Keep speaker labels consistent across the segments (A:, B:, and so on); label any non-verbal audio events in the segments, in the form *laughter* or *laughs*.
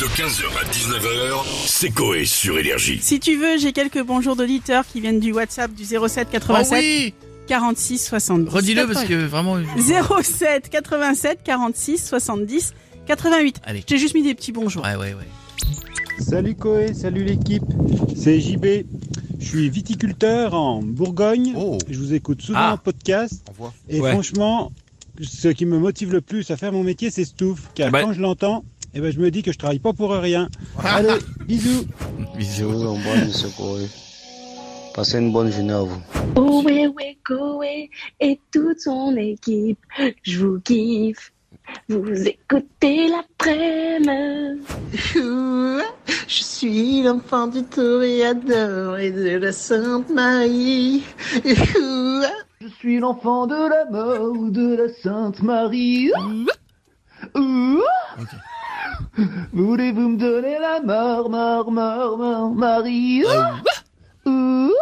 A: De 15h à 19h, c'est Coé sur Énergie.
B: Si tu veux, j'ai quelques bonjours d'auditeurs qui viennent du WhatsApp du 07
C: Ah
B: 87
C: oui
B: 46 70.
C: Redis-le parce que vraiment.
B: 07 87 46 70 88.
C: Allez.
B: J'ai juste mis des petits bonjours.
C: Ouais, ouais, ouais.
D: Salut Coé, salut l'équipe, c'est JB. Je suis viticulteur en Bourgogne.
C: Oh.
D: Je vous écoute souvent
C: Ah.
D: en podcast.
E: On voit.
D: Et
F: Ouais.
D: franchement, ce qui me motive le plus à faire mon métier, c'est Stouff. Car
F: Eh ben-
D: quand je l'entends, eh ben, je me dis que je travaille pas pour rien.
E: Ah.
D: Allez, bisous
G: Je
C: Bisous.
G: vous embrasse, monsieur Corée. Passez une bonne journée à vous.
H: Ohé, ouais, Koé et toute son équipe, je vous kiffe. Vous écoutez l'après-midi.
I: Chou, Je suis l'enfant du toréador et de la Sainte Marie. Chou, Je suis l'enfant de la mort ou de la Sainte Marie. Ouh. Voulez-vous me donner la mort, mort, mort, mort, Marie Ouh.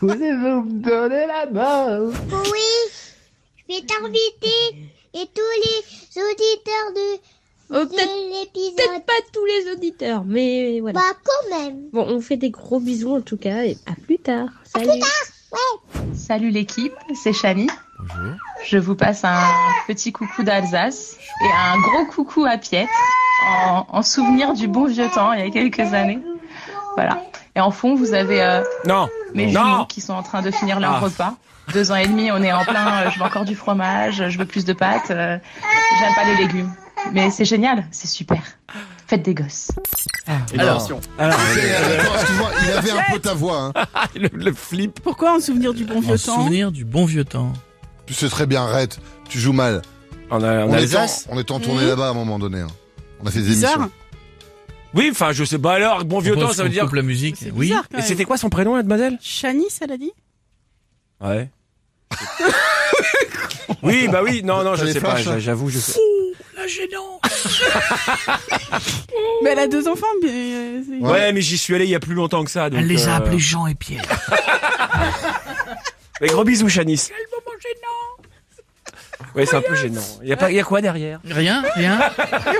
I: Voulez-vous me donner la mort
J: Oui, je vais t'inviter et tous les auditeurs de,
H: Oh,
J: de
H: peut-être
J: l'épisode.
H: peut-être pas tous les auditeurs, mais voilà.
J: Bah quand même.
H: Bon, on fait des gros bisous en tout cas et à plus tard. Salut.
K: Salut l'équipe, c'est Chani.
C: Bonjour.
K: Je vous passe un petit coucou d'Alsace et un gros coucou à Piette en, en souvenir du bon vieux temps il y a quelques années. Voilà. Et en fond, vous avez euh,
F: Non,
K: mes
F: non,
K: jumeaux qui sont en train de finir leur
F: Ah.
K: repas. Deux ans et demi, on est en plein. euh, je veux encore du fromage, je veux plus de pâtes, euh, j'aime pas les légumes. Mais c'est génial, c'est super. Faites des gosses.
C: Alors,
F: Alors, *laughs*
E: C'est- euh, attends, excuse-moi, il avait un peu ta voix. Hein.
F: le, le flip.
B: Pourquoi en souvenir du bon
C: en
B: vieux temps
C: souvenir du bon vieux temps.
E: Tu sais très bien, arrête. Tu joues mal.
F: En, en
E: on, était en,
F: Alsace
E: on était en tournée
B: Mhm.
E: là-bas à un moment donné. hein. On a fait des
B: Bizarre.
E: émissions.
F: Oui, enfin, je sais pas. Alors, bon vieux
C: Propose
F: temps, ça
C: qu'on
F: veut dire.
C: coupe la musique.
B: C'est
C: Oui.
B: bizarre quand
F: Et
B: même.
F: c'était quoi son prénom, mademoiselle
B: Shanice, elle a dit
F: Ouais. *laughs* oui, bah oui, non, non,
E: T'as
F: je
E: les
F: sais pas,
E: flashs, hein
F: j'avoue, je sais.
C: La gênante.
B: Mais elle a deux enfants. mais, euh, c'est-
F: Ouais, mais j'y suis allé il y a plus longtemps que ça. Donc,
C: Elle les a
F: euh,
C: appelés Jean et Pierre.
F: Mais gros bisous, Chanice. Ouais, c'est un peu gênant. Il y a pas, il y a quoi derrière
C: Rien, rien.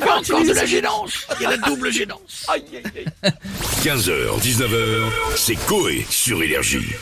B: Encore de la
C: gênance. Il y a la double gênance.
F: Aïe, aïe, aïe.
A: 15h, 19h, c'est Coé sur Énergie.